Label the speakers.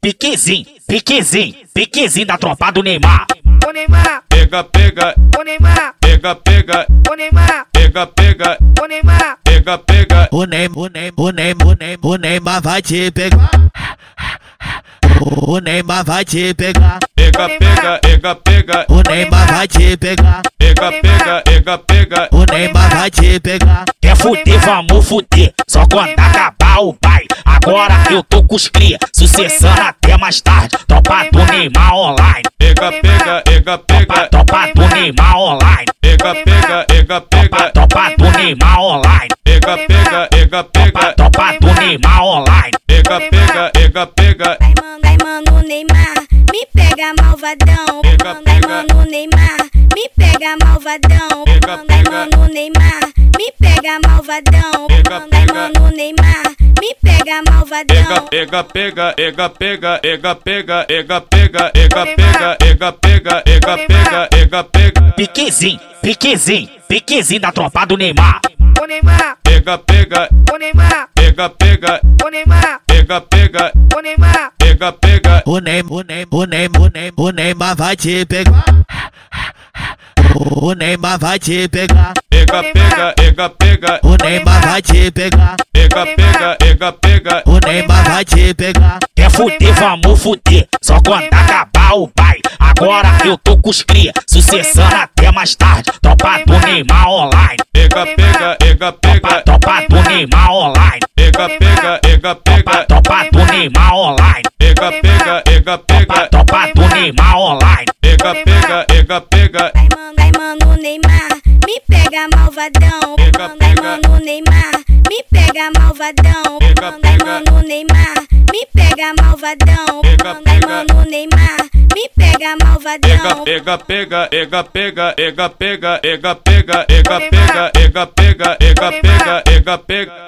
Speaker 1: Piquezinho, piquezinho, piquezinho da tropa do Neymar.
Speaker 2: O Neymar,
Speaker 3: Pega, pega,
Speaker 2: o Neymar,
Speaker 3: pega, pega,
Speaker 2: o Neymar,
Speaker 3: pega, pega,
Speaker 2: o Neymar,
Speaker 3: pega, pega.
Speaker 4: O Neymar, o Neymar, o Neymar, o Neymar, o Neymar vai te pegar. O Neymar vai te pegar.
Speaker 3: Pega, pega, pega, pega,
Speaker 4: O Neymar vai te pegar.
Speaker 3: pega, pega, pega, pega.
Speaker 4: O Neymar vai te pegar.
Speaker 1: Quer fuder, vamos fuder. Só quando acabar o pai. Agora eu tô com os cria, sucessando até mais tarde. Tropa do Neymar online.
Speaker 3: Pega, pega,
Speaker 1: Pra
Speaker 3: pega, pega,
Speaker 1: tropa do Neymar online.
Speaker 3: pega, pega,
Speaker 1: Pra
Speaker 3: pega, pega,
Speaker 1: tropa do Neymar online.
Speaker 3: pega, pega, pega,
Speaker 1: Pra
Speaker 3: pega,
Speaker 1: tropa do Neymar online.
Speaker 3: pega, pega, pega, pega.
Speaker 5: Vai, mano, vai, mano, Neymar, me pega malvadão.
Speaker 3: Pega,
Speaker 5: Mano, vai,
Speaker 3: pega.
Speaker 5: mano, Neymar, me pega malvadão.
Speaker 3: Pega,
Speaker 5: Mano, vai,
Speaker 3: pega.
Speaker 5: mano, Neymar, me pega malvadão.
Speaker 3: Pega,
Speaker 5: Mano, vai,
Speaker 3: pega.
Speaker 5: mano, Neymar, me pega
Speaker 3: Pega,
Speaker 5: malvadão.
Speaker 3: pega, pega, pega, pega, pega, pega, pega, pega, pega, pega, pega, pega, pega, pega, pega, pega.
Speaker 1: Piquezinho, piquezinho, piquezinho da tropa do Neymar.
Speaker 2: o Neymar,
Speaker 3: Pega, pega,
Speaker 2: o Neymar,
Speaker 3: pega, pega,
Speaker 2: o Neymar,
Speaker 3: pega, pega,
Speaker 2: o Neymar,
Speaker 3: pega, pega.
Speaker 4: O Neymar, o Neymar, o Neymar, o Neymar, o Neymar vai te pegar. O Neymar vai te pegar.
Speaker 3: Pega, pega, pega, pega,
Speaker 4: O Neymar vai te pegar.
Speaker 3: pega, pega, pega, pega.
Speaker 4: O Neymar vai te pegar.
Speaker 1: Quer fuder, vamos fuder. Só quando acabar o pai. Agora eu tô com os cria, sucessando até mais tarde. Tropa do Neymar online.
Speaker 3: Pega, pega, pega,
Speaker 1: Pra
Speaker 3: pega,
Speaker 1: tropa do Neymar online.
Speaker 3: pega, pega, pega,
Speaker 1: Pra
Speaker 3: pega,
Speaker 1: tropa do Neymar online.
Speaker 3: pega, pega, pega,
Speaker 1: Pra
Speaker 3: pega,
Speaker 1: tropa do Neymar online.
Speaker 3: pega, pega, pega, pega.
Speaker 5: Vai, mano, vai, mano, Neymar, me pega malvadão.
Speaker 3: Pega,
Speaker 5: Mano, vai,
Speaker 3: pega.
Speaker 5: mano, Neymar, me pega malvadão.
Speaker 3: Pega,
Speaker 5: Mano, vai,
Speaker 3: pega.
Speaker 5: mano, Neymar, me pega malvadão.
Speaker 3: Pega,
Speaker 5: Mano, vai,
Speaker 3: pega.
Speaker 5: mano, Neymar, me pega
Speaker 3: Pega,
Speaker 5: malvadão.
Speaker 3: pega, pega, pega, pega, pega, pega, pega, pega, pega, pega, pega, pega, pega, pega.